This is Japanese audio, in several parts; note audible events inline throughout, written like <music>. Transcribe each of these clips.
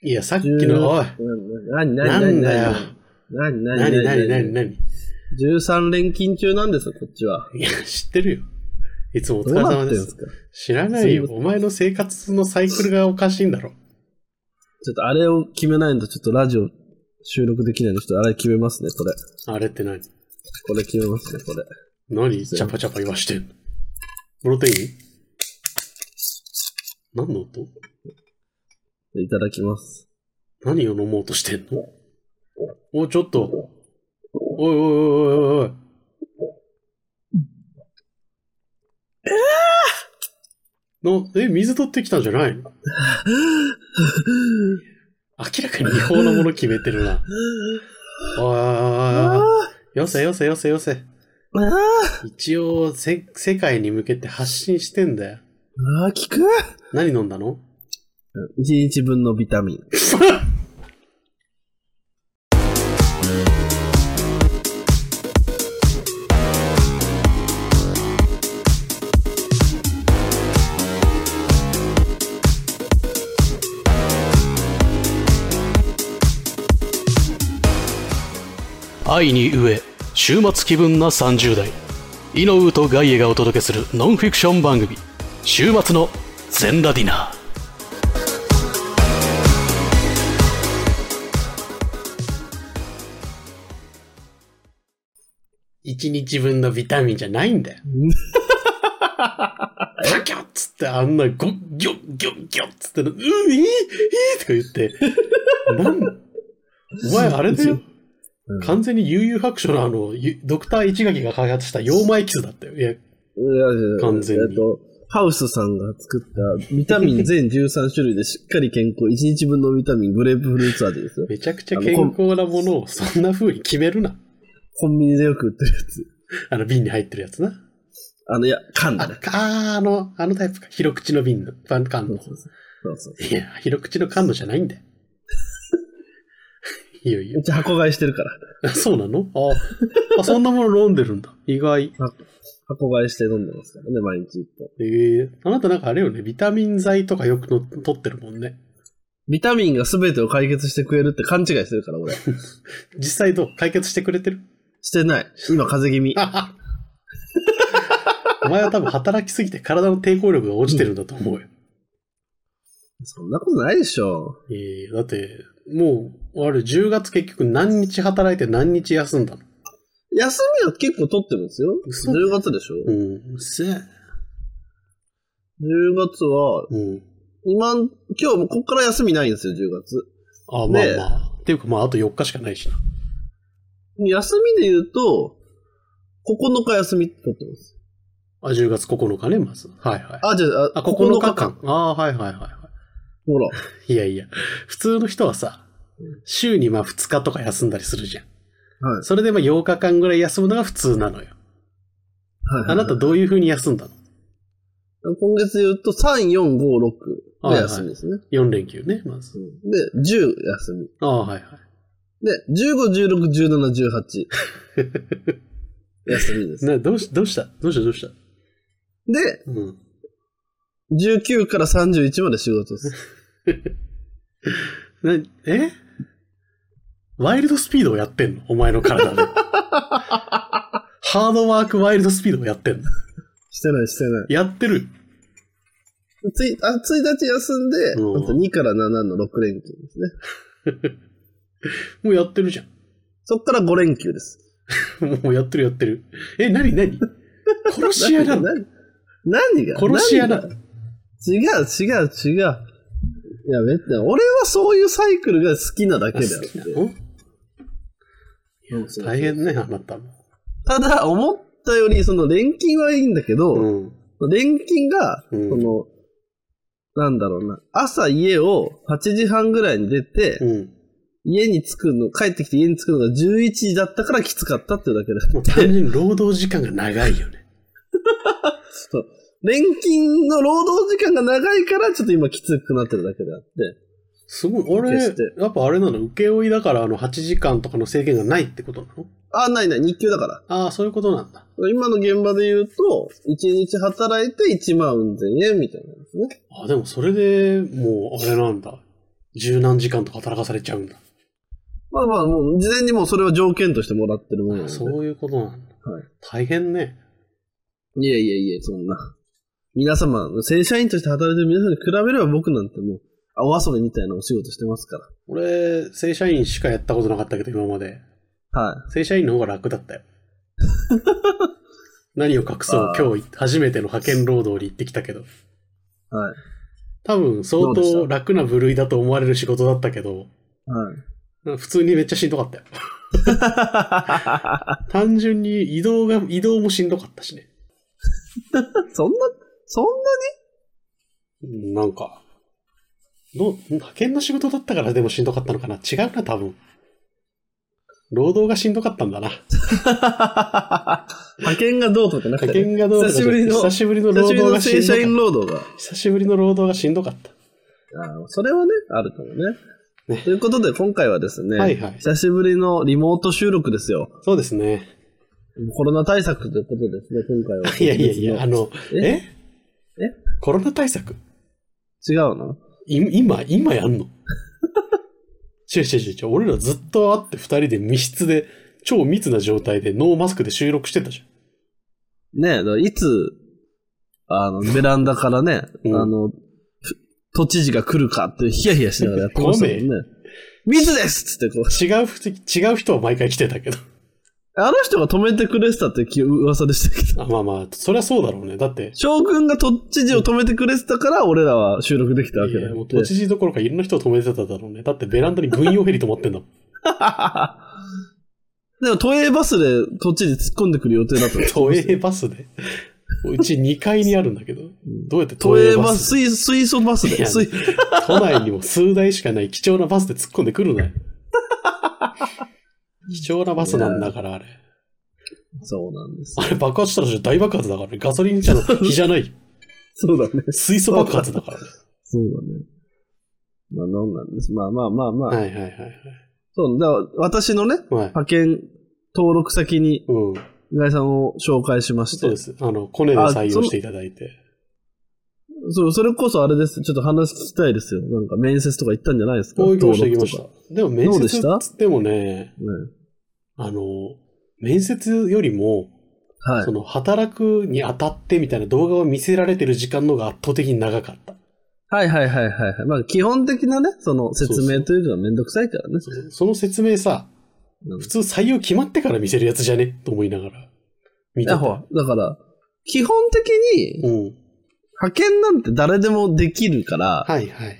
いや、さっきの、おい、何、な何、ん何、だよ。何、何、なになになになに13連勤中なんですよ、こっちは。いや、知ってるよ。いつもお疲どうれな様ってでんすす。か知らないよ。すいませお前の生活のサイクルがおかしいんだろ。ちょっとあれを決めないと、ちょっとラジオ収録できないので、ちょっとあれ決めますね、これ。あれって何これ決めますね、これ。何チャパチャパ言わしてんのプロテイン何の音いただきます。何を飲もうとしてんのおい、ちょっと。おいおいおいおいおいおい。えのえ、水取ってきたんじゃないの明らかに違法なもの決めてるな。おいおいおいおい。よせよせよせよせ。あー一応せ、世界に向けて発信してんだよ。あー、聞く何飲んだの1日分のビタミン。愛に飢え週末気分な30代イノウとガイエがお届けするノンフィクション番組「週末のゼンラディナー」一日分のビタミンじゃないんだよ。パキャッつってあんなゴッギョッギョッギョッつって、うん、いい、いいとか言って。なんお前あれだよ。うん完全に悠々白書のあの、ゆドクター一垣が開発した妖魔エキスだったよ。いや、いやいやいや完全にえっと、ハウスさんが作ったビタミン全13種類でしっかり健康、1日分のビタミングレープフルーツ味ですよ。めちゃくちゃ健康なものをそんな風に決めるな。コンビニでよく売ってるやつ。あの瓶に入ってるやつな。あの、いや、缶あ、だあね。ーあの、あのタイプか。広口の瓶の、パン缶そうの。そうそうそうそう。いや、広口の缶のじゃないん <laughs> だよ。いよいうよ。ち箱買いしてるから。 <laughs> そうなのああ、そんなもの飲んでるんだ。意外。箱買いして飲んでますからね、毎日一本。ええあなたなんかあれよね、ビタミン剤とかよくの取ってるもんね。ビタミンが全てを解決してくれるって勘違いしてるから、俺。実際どう解決してくれてる <laughs> してない。今、風邪気味。あはお前は多分働きすぎて体の抵抗力が落ちてるんだと思うよ。そんなことないでしょ。ええだって、もう、あれ10月結局何日働いて何日休んだの休みは結構取ってますよ。嘘10月でしょ、うん、うっせえ。 ?10 月は、うん。今、今日もこっから休みないんですよ、10月。あ、まあねえまあ。っていうかまああと4日しかないしな。休みで言うと、9日休み取ってます。あ、10月9日ね、まず。はいはい。あ、じゃあ、あ、9日。間。ああー、はいはいはいはほら。い。いやいや、普通の人はさ、週にまあ2日とか休んだりするじゃん。はい。それでまあ8日間ぐらい休むのが普通なのよ。はいはいあなたどういう風に休んだの今月で言うと、3、4、5、6で休みですね。 ?4 連休ね、まず。で、10休み。ああ、はいはい。で、15、16、17、18。休みです。などうし、どうしたどうしたどうしたで、うん。 19から31まで仕 <laughs> 事です。な、えワイルドスピードをやってんのお前の体 <laughs> で。ハードワークワイルドスピードをやってんのしてない、してない。やってる。ついあ1日休んで、うんあと2から7の6連休ですね。もうやってるじゃん。そっから5連休です。もうやってるやってる。え、なにな <laughs> に殺し屋なの何何が殺し屋な何が違う、違う、違う。いや、別に、俺はそういうサイクルが好きなだけだよ。うんそう大変ね、あなたも。ただ、思ったより、その、錬金はいいんだけど、うん。錬金が、うんその、なんだろうな、朝家を8時半ぐらいに出て、うん。家に着くの、帰ってきて家に着くのが11時だったからきつかったっていうだけ <laughs> だ。もう単純に労働時間が長いよね。そう。錬金の労働時間が長いから、ちょっと今きつくなってるだけであって。すごい。俺、決してやっぱあれなの、請負いだからあの8時間とかの制限がないってことなのあ、ないない、日給だから。ああ、そういうことなんだ。今の現場で言うと、1日働いて1万運千円みたいなんですね。あでもそれでもう、あれなんだ。十何時間とか働かされちゃうんだ。まあまあ、もう事前にもうそれは条件としてもらってるものなので。そういうことなんだ。はい大変ね。いやいやいや、そんな。皆様、正社員として働いてる皆様に比べれば僕なんてもう、青遊びみたいなお仕事してますか俺、正社員しかやったことなかったけど、今まで。ら。はい。正社員の方が楽だった <laughs> よ。何を隠そあう、ー今日初めての派遣労働に行ってきたけど。はい。多分、相どうでし当楽な部類だと思われる仕事だったけど、はい。普通にめっちゃしんどか <laughs> ったよ。単純に移動が、移動もしんどかったしね。そんな、そんなうんなんか、どう、派遣の仕事だったからでもしんどかったのかな違うな、多分。労働がしんどかったんだな。 <laughs> 派遣がどうとかなくて、派遣がどうとかじゃなくて久久ししぶりぶの労りの久働しぶりがのし正んど社員かっ労働が。た。久しぶりの労働がしんどかった。あーそれはね、あるかもね。ということで、今回はですね、はいはい久しぶりのリモート収録ですよ。そうですね。コロナ対策ということですね、今回 <laughs> は。いやいやいや、あの、ええコロナ対策違うのい今、今やんの <laughs> 違う違う違う違う。俺らずっと会って二人で密室で、超密な状態でノーマスクで収録してたじねえ、だからいつ、あ <laughs> の、ベランダからね、うんあの、ふ都知事が来るかってヒヤヒヤしながらやってましたもんねご。水ですっつってこゃう、ん。違うふ、違う人は毎回来てたけど。あの人が止めてくれてたってき噂でしたけ <laughs> ど、あまあまあ、そりゃそうだろうね。だって、将軍が都知事を止めてくれてたから、俺らは収録で <laughs> きたわいけだやもう都知事どころかいろんな人を止めてただろうね。だってベランダに軍用ヘリ止まってんだも <laughs> ん。でも、都営バスで都知事突っ込んでくる予定だったんですよ都営バスで。 <laughs> うち2階にあるんだけど、どうやって都 <laughs> 都営営ババス、ス水水素バスいで。や水都内にも数台しかない貴重なバスで突っ込んでくる <laughs> なよ。貴重なバスなんだから、あれ。そうなんです。あれ爆発したら大爆発だからね。ガソリンじゃな火じゃない。そうだね。水素爆発だからね。そうだね。まあ、なんなんです。まあまあまあまあ。はいはいはいそう、だから私のね、はい。はい。派遣登録先にうん。ガイさんを紹介しまして。そうです。あの、コネで採用していただいて。そう、それこそあれです。ちょっと話聞きたいですよ。なんか面接とか行ったんじゃないですかこういう登顔して録きとまか。した。でも面どうで接しったつってもね、あの、面接よりも、はい。その、働くにあたってみたいな動画を見せられてる時間の方が圧倒的に長かった。はいはいはいはいはい。まあ基本的なね、その説明というのはめんどくさいからね。そその説明さ、うん普通採用決まってから見せるやつじゃねと思いながら。見てだた。ほらだから、基本的にうん。派遣なんて誰でもできるから、はいはい。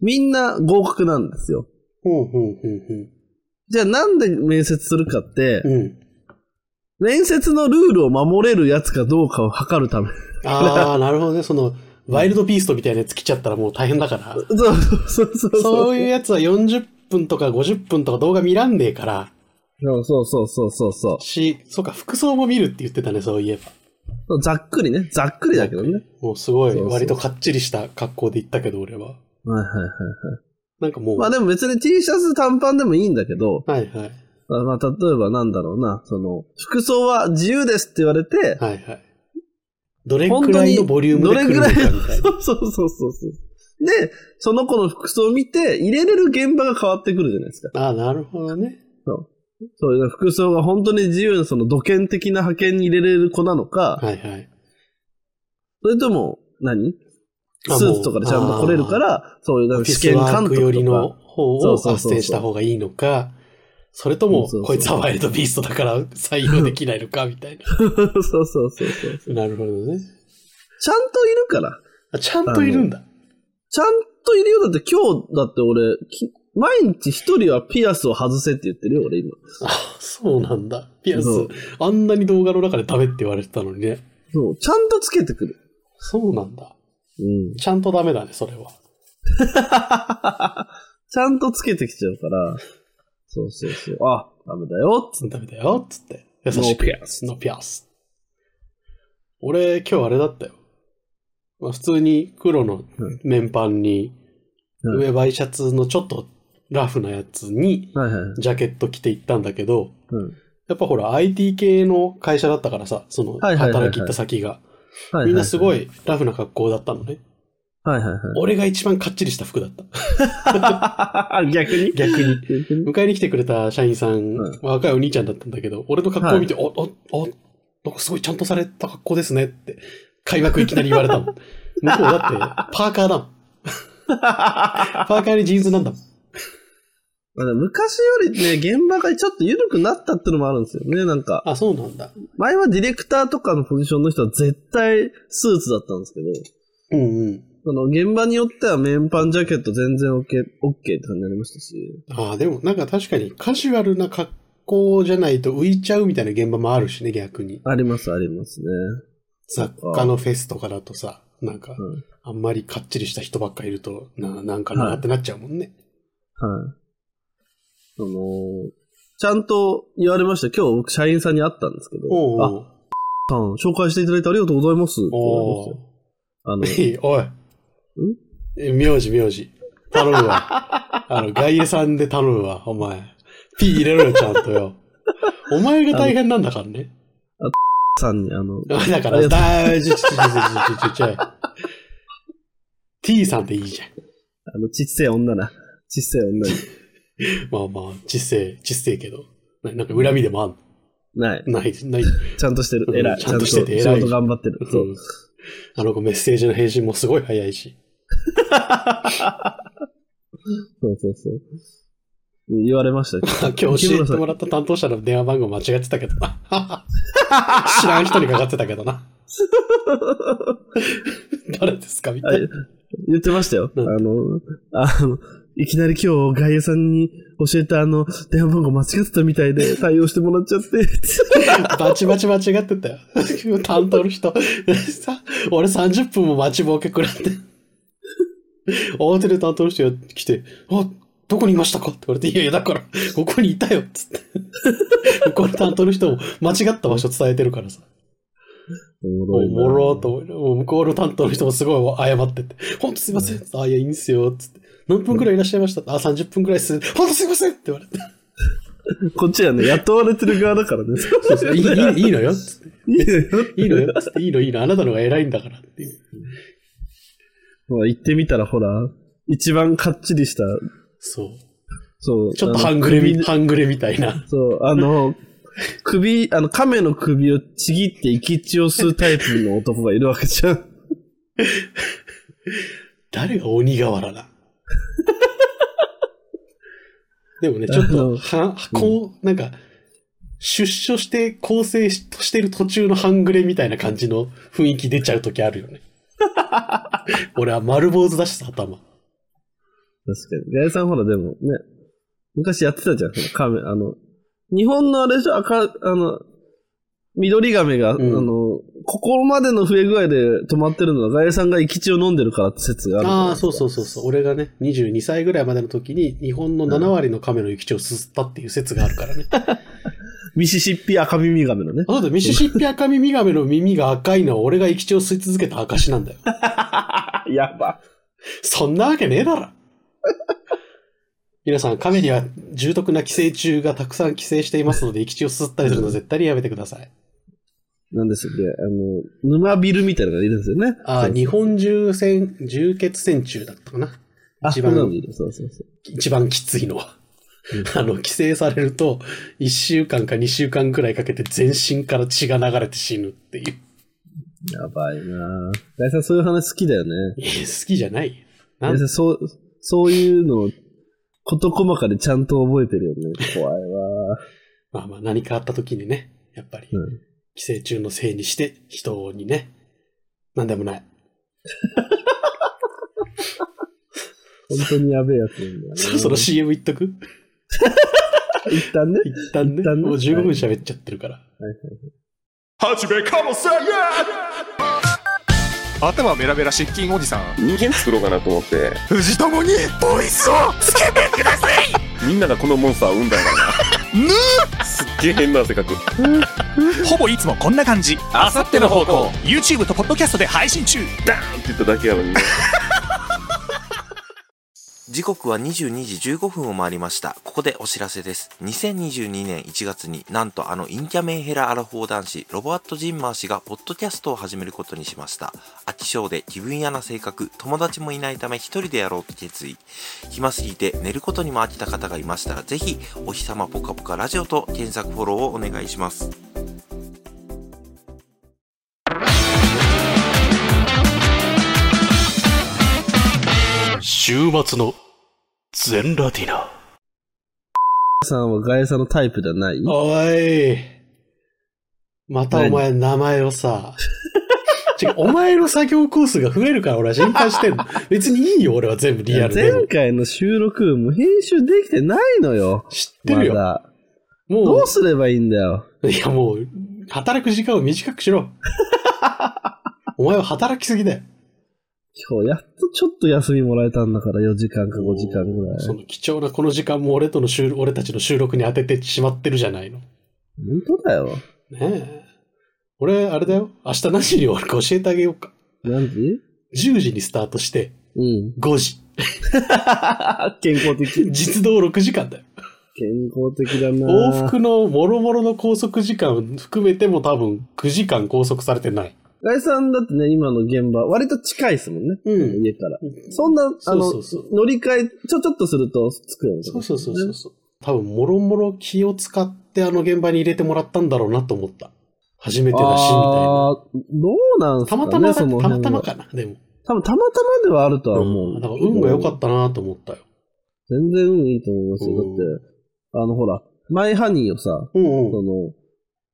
みんな合格なんですよ。うん、うん、うん、じゃあなんで面接するかって、うん。うん。面接のルールを守れるやつかどうかを測るため。ああ、なるほどね。その、ワイルドビーストみたいなやつ来ちゃったらもう大変だから。そうそうそうそう。そういうやつは40分とか50分とか動画見らんねえから、そうそうそうそうそうそし、そうか、服装も見るって言ってたね、そういえば。う。ざっくりね。ざっくりだけどね。もうすごそうい、そう割とかっちりした格好で行ったけど、俺は。はいはいはいはい。なんかもう、まあでも別に T シャツ短パンでもいいんだけど、はいはい。まあまあ例えばなんだろうな、その、服装は自由ですって言われて、はいはい。どれくらいのボリュームで来るのかみたいな。そうそうそうそうそう。で、その子の服装を見て、入れれる現場が変わってくるじゃないですか。ああ、なるほどね。そういう服装が本当に自由な、その土建的な派遣に入れれる子なのか、はいはい。それとも何、あスーツとかでちゃんと来れるから、そういうなオんかフィ試ス験ワ監ー督クとよりのか、方そうをそうそうそう斡旋した方がいいのか、それとうんもそうそ、うこいつはワイルドビーストだから採用できないのか、 <laughs> みたいな。 <laughs> そうそうそうそうそう。なるほどね。ちゃんといるから。あちゃんといるんだ。ちゃんといるよ。だって今日だって俺、き毎日一人はピアスを外せって言ってるよ、俺今。あ、そうなんだ。ピアスそう、あんなに動画の中でダメって言われてたのにね。そう、ちゃんとつけてくる。そうなんだ。うん。ちゃんとダメだね、それは。ちゃんとつけてきちゃうから、そうそうそう。あ、ダメだよ、つっダメだよ、つって。優しく。 No pias ノピアス。俺、今日あれだったよ。まあ、普通に黒のうん綿パンに、うん上ワイシャツのちょっとラフなやつに、て。はいはいはい。ジャケット着て行ったんだけど、うん。やっぱほら IT 系の会社だったからさ、そのはいはいはいはい働き行った先が。はいはいはいみんなすごいラフな格好だったのね。はいはい俺が一番かっちりした服だった。はい。逆に逆に。逆に。迎えに来てくれた社員さん、うん若いお兄ちゃんだったんだけど、俺の格好を見て、お、お、お、なんかすごいちゃんとされた格好ですねって、開幕いきなり言われたもん。向 <laughs> こうだって、パーカーだもん。パーカーにジーンズなんだもん。まあでも昔よりね、現場がちょっと緩くなったってのもあるんですよね、なんか。あ、そうなんだ。前はディレクターとかのポジションの人は絶対スーツだったんですけど、うんうん。その現場によっては面パンジャケット全然 OK, OK って感じになりましたし。ああ、でもなんか確かにカジュアルな格好じゃないと浮いちゃうみたいな現場もあるしね、逆に。あります、ありますね。雑貨のフェスとかだとさ、なんか、はい。あんまりかっちりした人ばっかいると、な、なんかなってなっちゃうもんね。はい。その、ちゃんと言われました。今日僕社員さんに会ったんですけど、おあ、うさん、紹介していただいてありがとうございますって言わおれうましたよ。<laughs> あの、おい。え、名字名字。頼む <laughs> わ。あの、ガイエさんで頼むわ、お前。ピー入れろよ、ちゃんとよ。お前が大変なんだからね。 <laughs> さんに、あの、あだかあら、りがだいじちちちちちちちち T さんでいいじゃん。あの、ちっせえ女な。ちっせえ女に。まあまあ、ちっせえ、ちっせえけど。ななんか恨みでもあんのない。ない、ない。ちゃんとしてるう。ん偉い。ちゃんとしてて偉いちゃんと仕事頑張ってる。そううんあの子メッセージの返信もすごい早いし。そうそうそう。言われましたけど。あ今日教えてもらった担当者の電話番号間違ってたけどな。知らん人にかかってたけどな。誰ですかみたあいな。言ってましたよ。あうんの、あの、いきなり今日、外野さんに教えたあの、電話番号間違ってたみたいで対応してもらっちゃって。バチバチ間違ってたよ。担当の人。さ、俺30分も待ちぼうけ食らって。慌てて担当の人が来て、あ、どこにいましたかって言われて、いやいや、だから、ここにいたよ、つって。向こうの担当の人も間違った場所伝えてるからさ。おもおなもろーと思いながらもう向こうの担当の人もすごい謝ってて、ほんとすいません、あ、いや、いいんすよ、つって。何分くらいいらっしゃいましたあ、30分くらいっす。ほんとすいませんって言われて。こっちはね、雇われてる側だからね。そうそういい <laughs> いいいいのよ、つって。いいよいいのよ、つって。いいの、いいの。あなたのが偉いんだからっていう。ほら行ってみたらほら、一番かっちりした、そう。そう。ちょっとあ半のグレみ、首半グレみたいな。そう、あの、首、あの、亀の首をちぎって生き血を吸うタイプの男がいるわけじゃん。誰が鬼瓦だ。 <laughs> でもね、ちょっあと、のは、こう、なんか、出所して構成ししてる途中の半グレみたいな感じの雰囲気出ちゃうときあるよね。 <laughs> 俺は丸坊主だしさ、頭。確かに。ガヤさんほらでもね、昔やってたじゃん、亀、あの、日本のあれでしょ、赤、あの、緑亀が、んあの、ここまでの増え具合で止まってるのは、ガヤさんが生き血を飲んでるからって説があるじゃないああでー、すそうかそうそうそう。俺がね、22歳ぐらいまでの時に、日本の7割の亀の生き血をすすったっていう説があるからね。あ、ミシシッピ赤耳亀のね。そうだ、ミシシッピアカミミガメの耳が赤いのは俺が生き血を吸い続けた証なんだよ。やば。そんなわけねえだろ。皆さん、亀には重篤な寄生虫がたくさん寄生していますので、生き血を吸ったりするの絶対にやめてください。なんですよね。あの、沼ビルみたいなのがいるんですよね。あそあ、う日本中線、重血線虫だったかな。あ一番そうなのいるそうそうそう。一番きついのは <laughs> う。あの、寄生されると、1週間か2週間くらいかけて全身から血が流れて死ぬっていう。やばいなぁ。ガイさんそういう話好きだよね。いや好きじゃない。なガイんさんそう、そういうのを、事細かでちゃんと覚えてるよね。怖いわまあまあ、何かあった時にね、やっぱり、うん寄生虫のせいにして、人にね、なんでもない。ぁ。本当にやべえやつなんだよ、ね。そろそろ CM 行っとく一旦ね。一旦ね、一旦ねもう15分喋っちゃってるから。はめかもせ頭ベラベラ失禁おじさん人間作ろうかなと思って藤友にボイスをつけてくださいみんながこのモンスターを産んだんだなすっげえ変な性格 <laughs> ほぼいつもこんな感じあさっての方向 YouTube とポッドキャストで配信中って言っただけやのに時刻は22時15分を回りました。ここでお知らせです。2022年1月になんとあのインキャメンヘラアラフォー男子、ロバート・ジンマー氏がポッドキャストを始めることにしました。飽き性で気分屋な性格、友達もいないため一人でやろうと決意。暇すぎて寝ることにも飽きた方がいましたら、ぜひ、お日様ぽかぽかラジオと検索フォローをお願いします。週末の全ラティナ。さんはガエさんのタイプじゃないおい。またお前名前をさ。 <laughs> 違う、お前の作業コースが増えるから俺は心配してんの。別にいいよ、俺は全部リアルでも前。回の収録、もう編集できてないのよ。知ってるよ。まだ。どもうすればいいんだよ。う、いやもう、働く時間を短くし <laughs> ろ。お前は働きすぎだよ。今日やっとちょっと休みもらえたんだから、4時間か5時間ぐらい。その貴重なこの時間も俺との収録俺たちの収録に当ててしまってるじゃないの。本当だよ。ねえ。俺、あれだよ。明日何時に終わるか教えてあげようか。何時10時にスタートして、うん。 <laughs> 5時。健康的。実動6時間だよ。健康的だな往復のもろもろの拘束時間含めても多分9時間拘束されてない。ガイさんだってね、今の現場、割と近いですもんね。うん家から。そんな、あの、そうそうそう乗り換え、ちょ、ちょっとすると着くよね。そうそうそうそうそう。多分もろもろ気を使ってあの現場に入れてもらったんだろうなと思った。初めてだし、みたいな。ああ、どうなんすたかね、またまだ、そのたま辺たまは。かな、でも。多分たまたまではあるとは思う。なんか運が良かったなと思ったよ。全然運いいと思いますよ。だって、あの、ほら、マイハニーをさ、うんうん。その、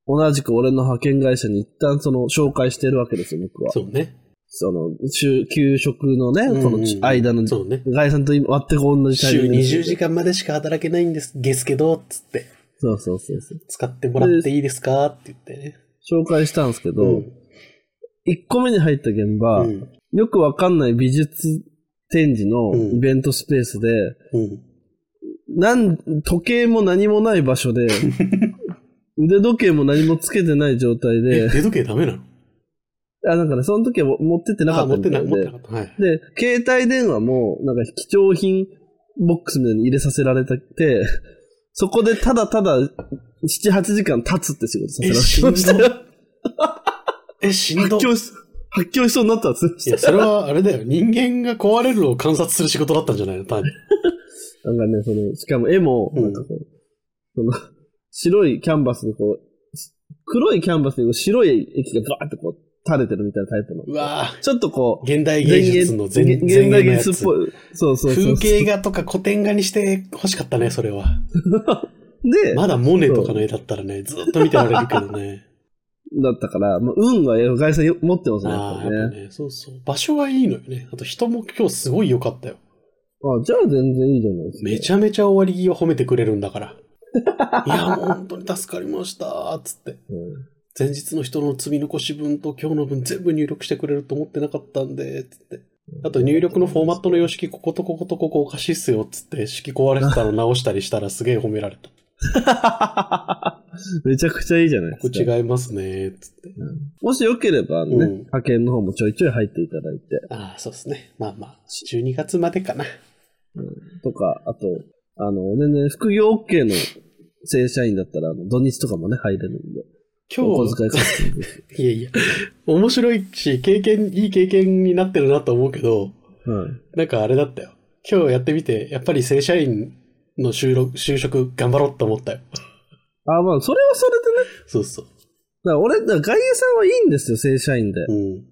同じく俺の派遣会社に一旦その、紹介してるわけですよ、僕は。そうね。その、就休職のね、うんうんこのち間の、そうね。ガイさんと今、全く同じタイ週ミングで20時間までしか働けないんです、ですけど、つって。そうそうそうそう。使ってもらっていいですかって言ってね。紹介したんですけど、うん1個目に入った現場、うん。よくわかんない美術展示のうんイベントスペースで、うん。なん、時計も何もない <laughs> 場所で、腕時計も何もつけてない状態え、で、出時計ダメなのあ、なんかね、その時は持ってってなかあ、った持っみたていでな、持ってなかった。はい。で、携帯電話も、なんか貴重品ボックスみたいに入れさせられたくて、そこでただただ、7、8時間経つって仕事させられてましたえしんよ。え、しんど発。狂し、発狂しそうになったんですよいや、それはあれだよ。人間が壊れるのを観察する仕事だったんじゃないの単に。なんかね、その、しかも絵も、うんなんかこう、その、 <laughs> 白いキャンバスにこう、し黒いキャンバスにこう白い液がガーってこう、垂れてるみたいなタイプの。うわぁ。ちょっとこう、現代芸術の全現現現代芸術っぽい。い。そうそうそう風景画とか古典画にして欲しかったね、それは。で、まだモネとかの絵だったらね、ずっと見てられるけど <laughs> ね。だったから、まあ、運は、ガイさんよ持ってますね、やっあぱあ、りねやっ。ぱね、そうそう。場所はいいのよね。あと人も今日すごい良かったよ。あ、じゃあ全然いいじゃないですか。めちゃめちゃ終わり際褒めてくれるんだから。いや、もう本当に助かりました、つって。うん前日の人の積み残し分と今日の分全部入力してくれると思ってなかったんで、つって。あと入力のフォーマットの様式、こことこことここおかしいっすよ、つって、式壊れてたの直したりしたらすげえ褒められた。めちゃくちゃいいじゃないこですか。れ違いますね、つって。もしよければ、あのね、うん派遣の方もちょいちょい入っていただいて、ああ、そうですね。まあまあ、12月までかな。とか、あと、あの、全然副業 OK の正社員だったら、あの土日とかもね、入れるんで、今お日小、遣い稼 <laughs> ぎで。いやいや、面白いし、経験、いい経験になってるなと思うけど、はい。なんかあれだったよ。今日やってみて、やっぱり正社員の就労就職頑張ろうと思ったよ。あ、まあ、それはそれでね。そうそう。だから俺、だから外野さんはいいんですよ、正社員で。うん。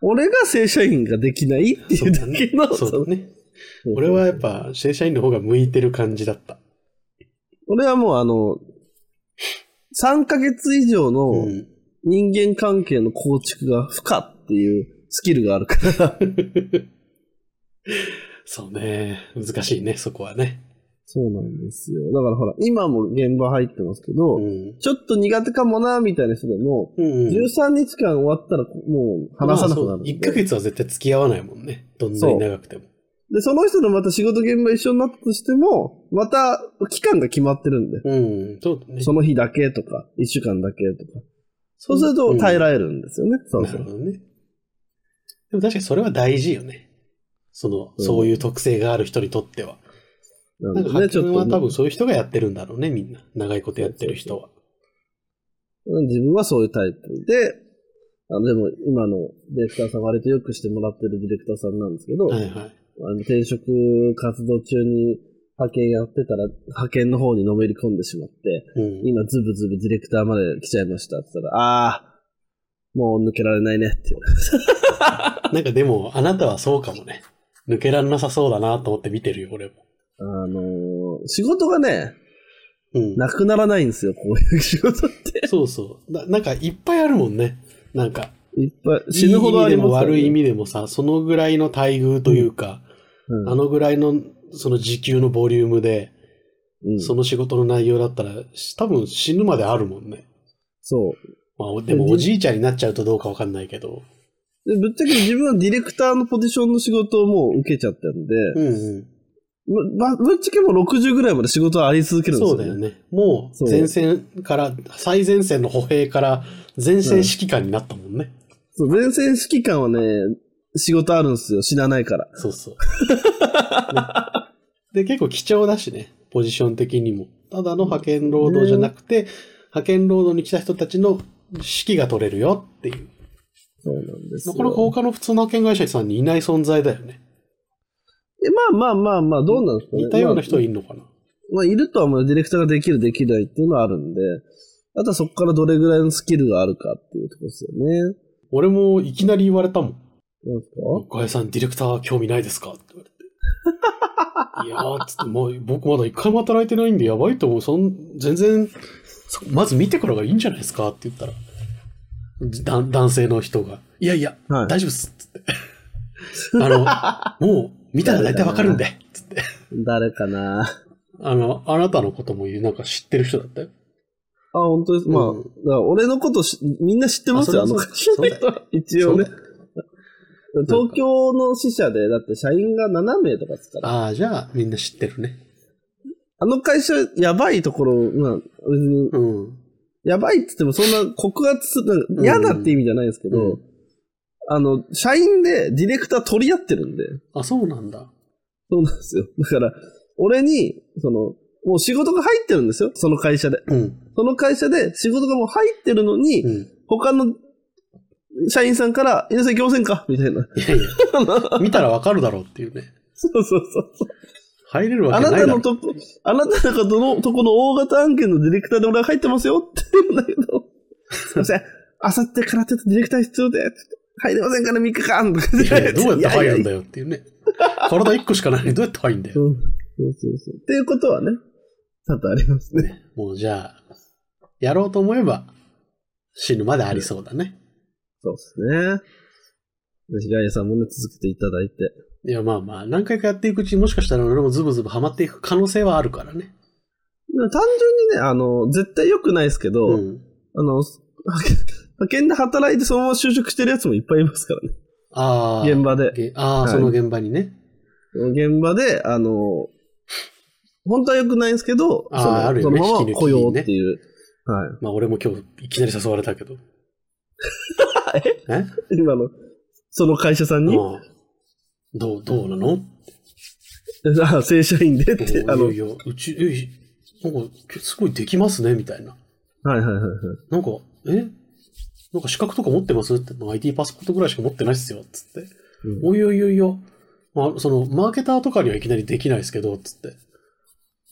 俺が正社員ができないっていうだけの、そうそだのね。俺はやっぱ正社員の方が向いてる感じだった。俺はもうあの、3ヶ月以上のうん。 <laughs> 人間関係の構築が不可っていうスキルがある <laughs> から。そうね。難しいね、そこはね。そうなんですよ。だからほら、今も現場入ってますけど、うん。ちょっと苦手かもな、みたいな人でも、うん、 13日間終わったらもう話さなくなるんで、 1ヶ月は絶対付き合わないもんね。どんなに長くても。で、その人とまた仕事現場一緒になったとしても、また期間が決まってるんで、うん。そうだね。その日だけとか、1週間だけとか。そうすると耐えられるんですよね。そうなそるうほ。どね。でも確かにそれは大事よね。その、うんそういう特性がある人にとっては。ななんんかでね、発ちょ見はっ多と分そういう人がやってるんだろうね、みんな。長いことやってる人は。うん自分はそういうタイプで、あの、でも、今のディレクターさん割とよくしてもらってるディレクターさんなんですけど、はいはい。あの転職活動中に派遣やってたら、派遣の方にのめり込んでしまって、うん。今ズブズブディレクターまで来ちゃいましたって言ったら、ああ、もう抜けられないねっていう。なんかでも、あなたはそうかもね。抜けられなさそうだなと思って見てるよ、俺も。あのー仕事がね、うん。なくならないんですよ、こういう <laughs> 仕事って。そうそうな。なんかいっぱいあるもんね。なんか、いっぱい、死ぬほどありますからねいい意味でも悪い意味でもさ、そのぐらいの待遇というか、うんあのぐらいのその時給のボリュームで、うんその仕事の内容だったら、多分死ぬまであるもんね。そう。まあ、おでもおじいちゃんになっちゃうとどうかわかんないけど。でぶっちゃけ自分はディレクターのポジションの仕事をもう受けちゃったんで、うんうん。まぶっちゃけもう60ぐらいまで仕事はあり続けるんですそよ、うだね。よね。もうそう前線から、最前線の歩兵から前線指揮官になったもんね。そう前線指揮官はね、仕事あるんですよ。死なないから。そうそう。ね <laughs> で、結構貴重だしね、ポジション的にも。ただの派遣労働じゃなくて、派遣労働に来た人たちの指揮が取れるよっていう。そうなんですなよ。かなか他の普通の派遣会社さんにいない存在だよね。えまあまあまあまあ、どうなんですかね。似たような人いるのかな。まあ、まあいるとは思う。ディレクターができる、できないっていうのはあるんで、あとはそこからどれぐらいのスキルがあるかっていうところですよね。俺もいきなり言われたもん。なんですか岡谷さん、ディレクター興味ないですかって言われて。いやー、つって、もう僕まだ一回も働いてないんでやばいと思う。そん、全然、そまず見てからがいいんじゃないですかって言ったら、だ男性の人が、いやいや、はい大丈夫っす。つって。あの、もう見たら大体わかるんで。つって。誰かな <laughs> あの、あなたのことも言う、なんか知ってる人だったよ。あ、本当です。まあ、うんだから俺のことしみんな知ってますよ、ああそのれ会は社そうの人は <laughs> 一応ね。東京の支社で、だって社員が7名とかですから。ああ、じゃあみんな知ってるね。あの会社、やばいところ、まあ、別に、うん。やばいって言ってもそんな告発する、なんか嫌だって意味じゃないですけうど、んあの、社員でディレクター取り合ってるんで、あ、そうなんだ。そうなんですよ。だから、俺に、その、もう仕事が入ってるんですよ、その会社で。うん。その会社で仕事がもう入ってるのに、うん。他の社員さんから、皆さん行きませんかみたいな。いやいや、見たらわかるだろうっていうね。そうそうそうそう。入れるわあけなないだたろのとこ、あなたのことの、とこの大型案件のディレクターで俺は入ってますよって言うんだけど、すいません、あさってからちょっとディレクター必要で、ちょっと入れませんから3日間とかいやいやどうやって <laughs> 入るんだよ。よっていうね。体1個しかないのにどうやって入るんだいやいよ。やうんそうそうそう。っていうことはね、多々ありますね。もうじゃあ、やろうと思えば死ぬまでありそうだね。そうですね。ぜひガイアさんもね、続けていただいて。いやまあまあ、何回かやっていくうちにもしかしたら俺もズブズブハマっていく可能性はあるからね。単純にね、あの、絶対良くないですけうど、ん。あの、 <laughs> 派遣派遣で働いてそのまま就職してるやつもいっぱいいますからね。ああ。現場でげああ、はいその現場にね。現場で、あの、本当は良くないんですけど、あーそのあるそよのねまま引き抜き雇用っていう。はまあ俺も今日いきなり誘われたけ <laughs> ど。えい。今の、その会社さんに、うんどう、どうなの <laughs> あ正社員でっいやてい、あの、はいや、うち、え、なんか、すごいできますね、みたいな。はいはいはい。なんか、えなんか資格とか持ってますって、まあ IT パスポートぐらいしか持ってないっすよ、つって。うんおいおいおいおい、まあ、その、マーケターとかにはいきなりできないですけど、つって。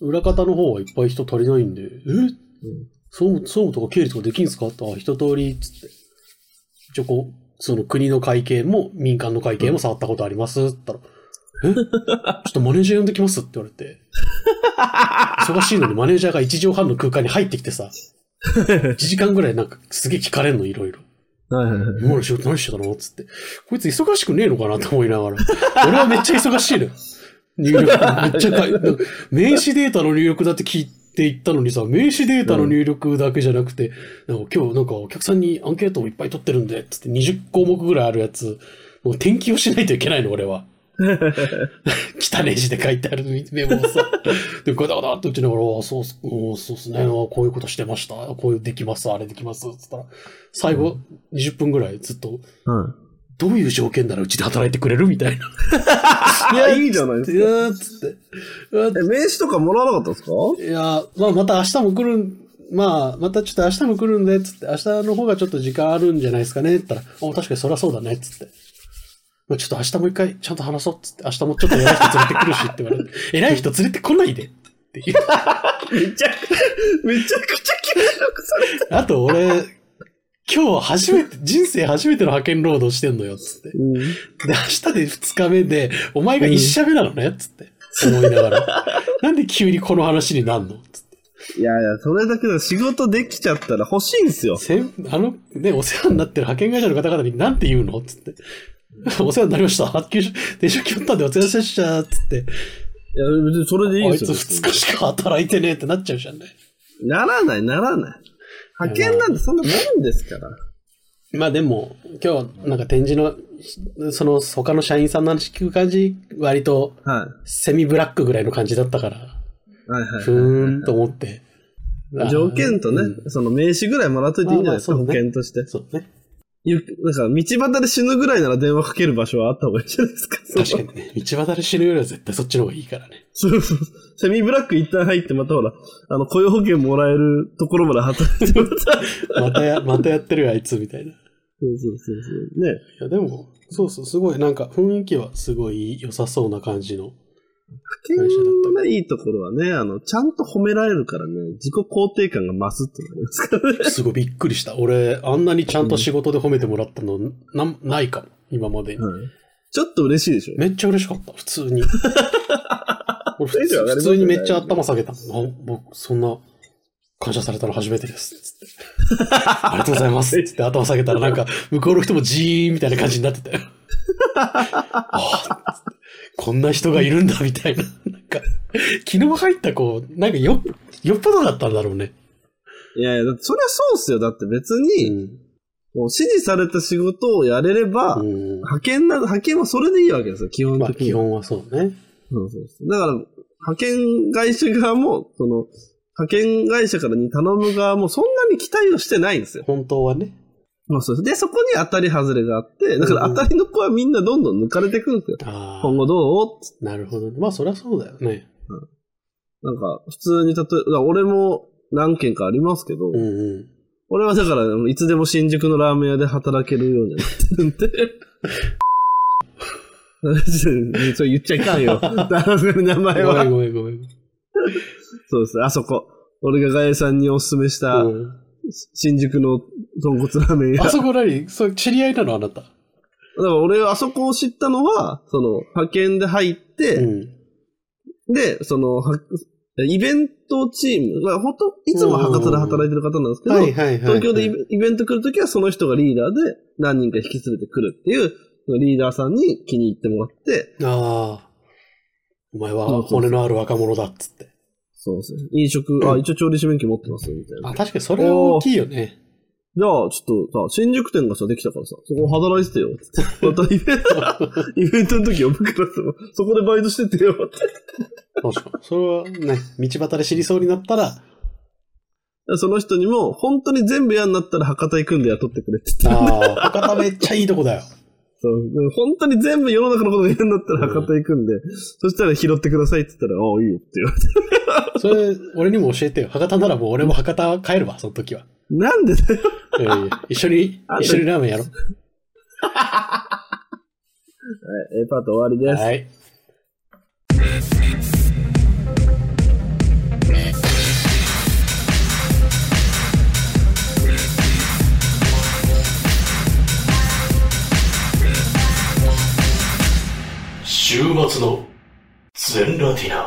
裏方の方はいっぱい人足りないんで、え総務、総務とか経理とかできんすかって、あ、一通り、つって。一応こう、その国の会計も民間の会計も触ったことありますって言ったら、えちょっとマネージャー呼んできますって言われて。忙しいのにマネージャーが1畳半の空間に入ってきてさ、1時間ぐらいなんかすげえ聞かれんの、いろいろ。はいはいはい。今の仕事何してたのつって。こいつ忙しくねえのかなと思いながら。 <laughs> 俺はめっちゃ忙しいのよ。入力。めっちゃかい。なんか名刺データの入力だって聞いていったのにさ、名刺データの入力だけじゃなくて、なんか今日なんかお客さんにアンケートをいっぱい取ってるんで、つって20項目ぐらいあるやつ、もう転記をしないといけないの、俺は。 <laughs> 汚ね字で書いてあるメモをさ。で、ガタガタって打ちながら、あそうっす、うんそうっすね、あこういうことしてました、こういうできます、あれできます、つったら、最後20分ぐらいずっと、はどういう条件ならうちで働いてくれるみたいな。 <laughs> い、いや、いいじゃないですいか。やー、つって。うわえ、名刺とかもらわなかったですかいやーまあまた明日も来るんまあ、またちょっと明日も来るんで、つって、明日の方がちょっと時間あるんじゃないですかね、って言ったら、お確かにそりゃそうだね、つって。まあちょっと明日もう一回ちゃんと話そう、つって、明日もちょっと偉い人連れてくるし、って言われて、 <laughs> 偉い人連れてこないで、っていう。めちゃくちゃ、めちゃくちゃ気持ちよくされてあと俺、今日初めて、人生初めての派遣労働してんのよ、つって。で、うん。明日で2日目で、お前が一社目なのね、つって。思いながら。 <laughs> なんで急にこの話になんのつって。いやいや、それだけど仕事できちゃったら欲しいんすよ。せんあの、ね、お世話になってる派遣会社の方々になんて言うのつって。お世話になりました。給食定食決まったんでお世話でした。つって。いや、別にそれでいいあんいすつよ。 2日しか働いてねえってなっちゃうじゃんね。ならない、ならない。派遣なんてそんなもんですから。まあでも、今日なんか展示の、その他の社員さんの話聞く感じ、割とはい。セミブラックぐらいの感じだったから、はいはいはい。ふーんと思って。条件とね、うんその名刺ぐらいもらっといていいんじゃないですか、まあまあそう保ね険として。そうね。ゆなんか、道端で死ぬぐらいなら電話かける場所はあった方がいいじゃないですか。確かにね。道端で死ぬよりは絶対そっちの方がいいからね。そうそうそう。セミブラック一旦入って、またほら、あの、雇用保険もらえるところまで働いてまた。そうそうまたや、またやってるよ、あいつ、みたいな。い <laughs> そうそう。ね。や、でも、そうそう、すごい、なんか雰囲気はすごい良さそうな感じの。派遣のいいところはね、あの、ちゃんと褒められるからね、自己肯定感が増すってなりますからね。すごいびっくりした。俺、あんなにちゃんと仕事で褒めてもらったの、なん、ないかも、今までに。はい。ちょっと嬉しいでしょめっちゃ嬉しかった、普通 <laughs> に。俺普テンション通普上がりますよね通にめっちゃ頭下げた。あ僕、そんな、感謝されたの初めてです。つって <laughs> ありがとうございます。つって頭下げたらなんか、向こうの人もジーンみたいな感じになってた <laughs> よ。ああつってこんな人がいるんだ、みたいな。なんか、昨日入った子、なんかよ、よっぽどだったんだろうね。いやいや、だってそりゃそうっすよ。だって別に、ん。もう指示された仕事をやれれば、うん派遣な、派遣はそれでいいわけですよ、基本まあ、的に基は。本はそうね。そうそうそうだから、派遣会社側も、その、派遣会社からに頼む側もそんなに期待をしてないんですよ。本当はね。まあそうです。で、そこに当たり外れがあって、だからうん当たりの子はみんなどんどん抜かれてくるんですよ。あ今後どうっつってあ。なるほどね。まあ、そりゃそうだよね。なんか、普通に例え、だから俺も何件かありますけど、うんうん。俺はだから、いつでも新宿のラーメン屋で働けるようになってるんで。 <laughs> そう言っちゃいかんよ。名前ごめんは。ごめんごめん。そうです。あそこ。俺がガエさんにおすすめした、うん新宿の豚骨ラーメン屋。あだかそこ何そう、知り合いなのあなた。ら俺はあそこを知ったのは、その、派遣で入って、うん。で、その、はイベントチーム、まあ、ほんと、いつも博多で働いてる方なんですけど、はい東京でインベイベント来るときはその人がリーダーで何人か引き連れてくるっていう、リーダーさんに気に入ってもらって、ト。ああ。お前そうはそうそう骨のある若者だっつって。そうですね。飲食、あ、一応調理師免許持ってますよ、みたいな。あ、確かにそれは大きいよね。じゃあ、ちょっとさ、新宿店がさ、できたからさ、そこ働いててよ、つって。またイベン <laughs> ト、イベントの時呼ぶからさ、そこでバイトしててよ、って。確かに。それはね、道端で知りそうになったら、その人にも、本当に全部嫌になったら博多行くんで雇ってくれって言って。ああ、博多めっちゃいいとこだよ。そう本当に全部世の中のことが嫌になったら博多行くんで、そしたら拾ってくださいって言ったら、ああ、いいよって言われて。それ、俺にも教えてよ。博多ならもう俺も博多帰るわ、その時は。なんでだよいやいや一緒にあ、んた一緒にラーメンやろう。 A パート終わりです。はい。週末の全ラティナ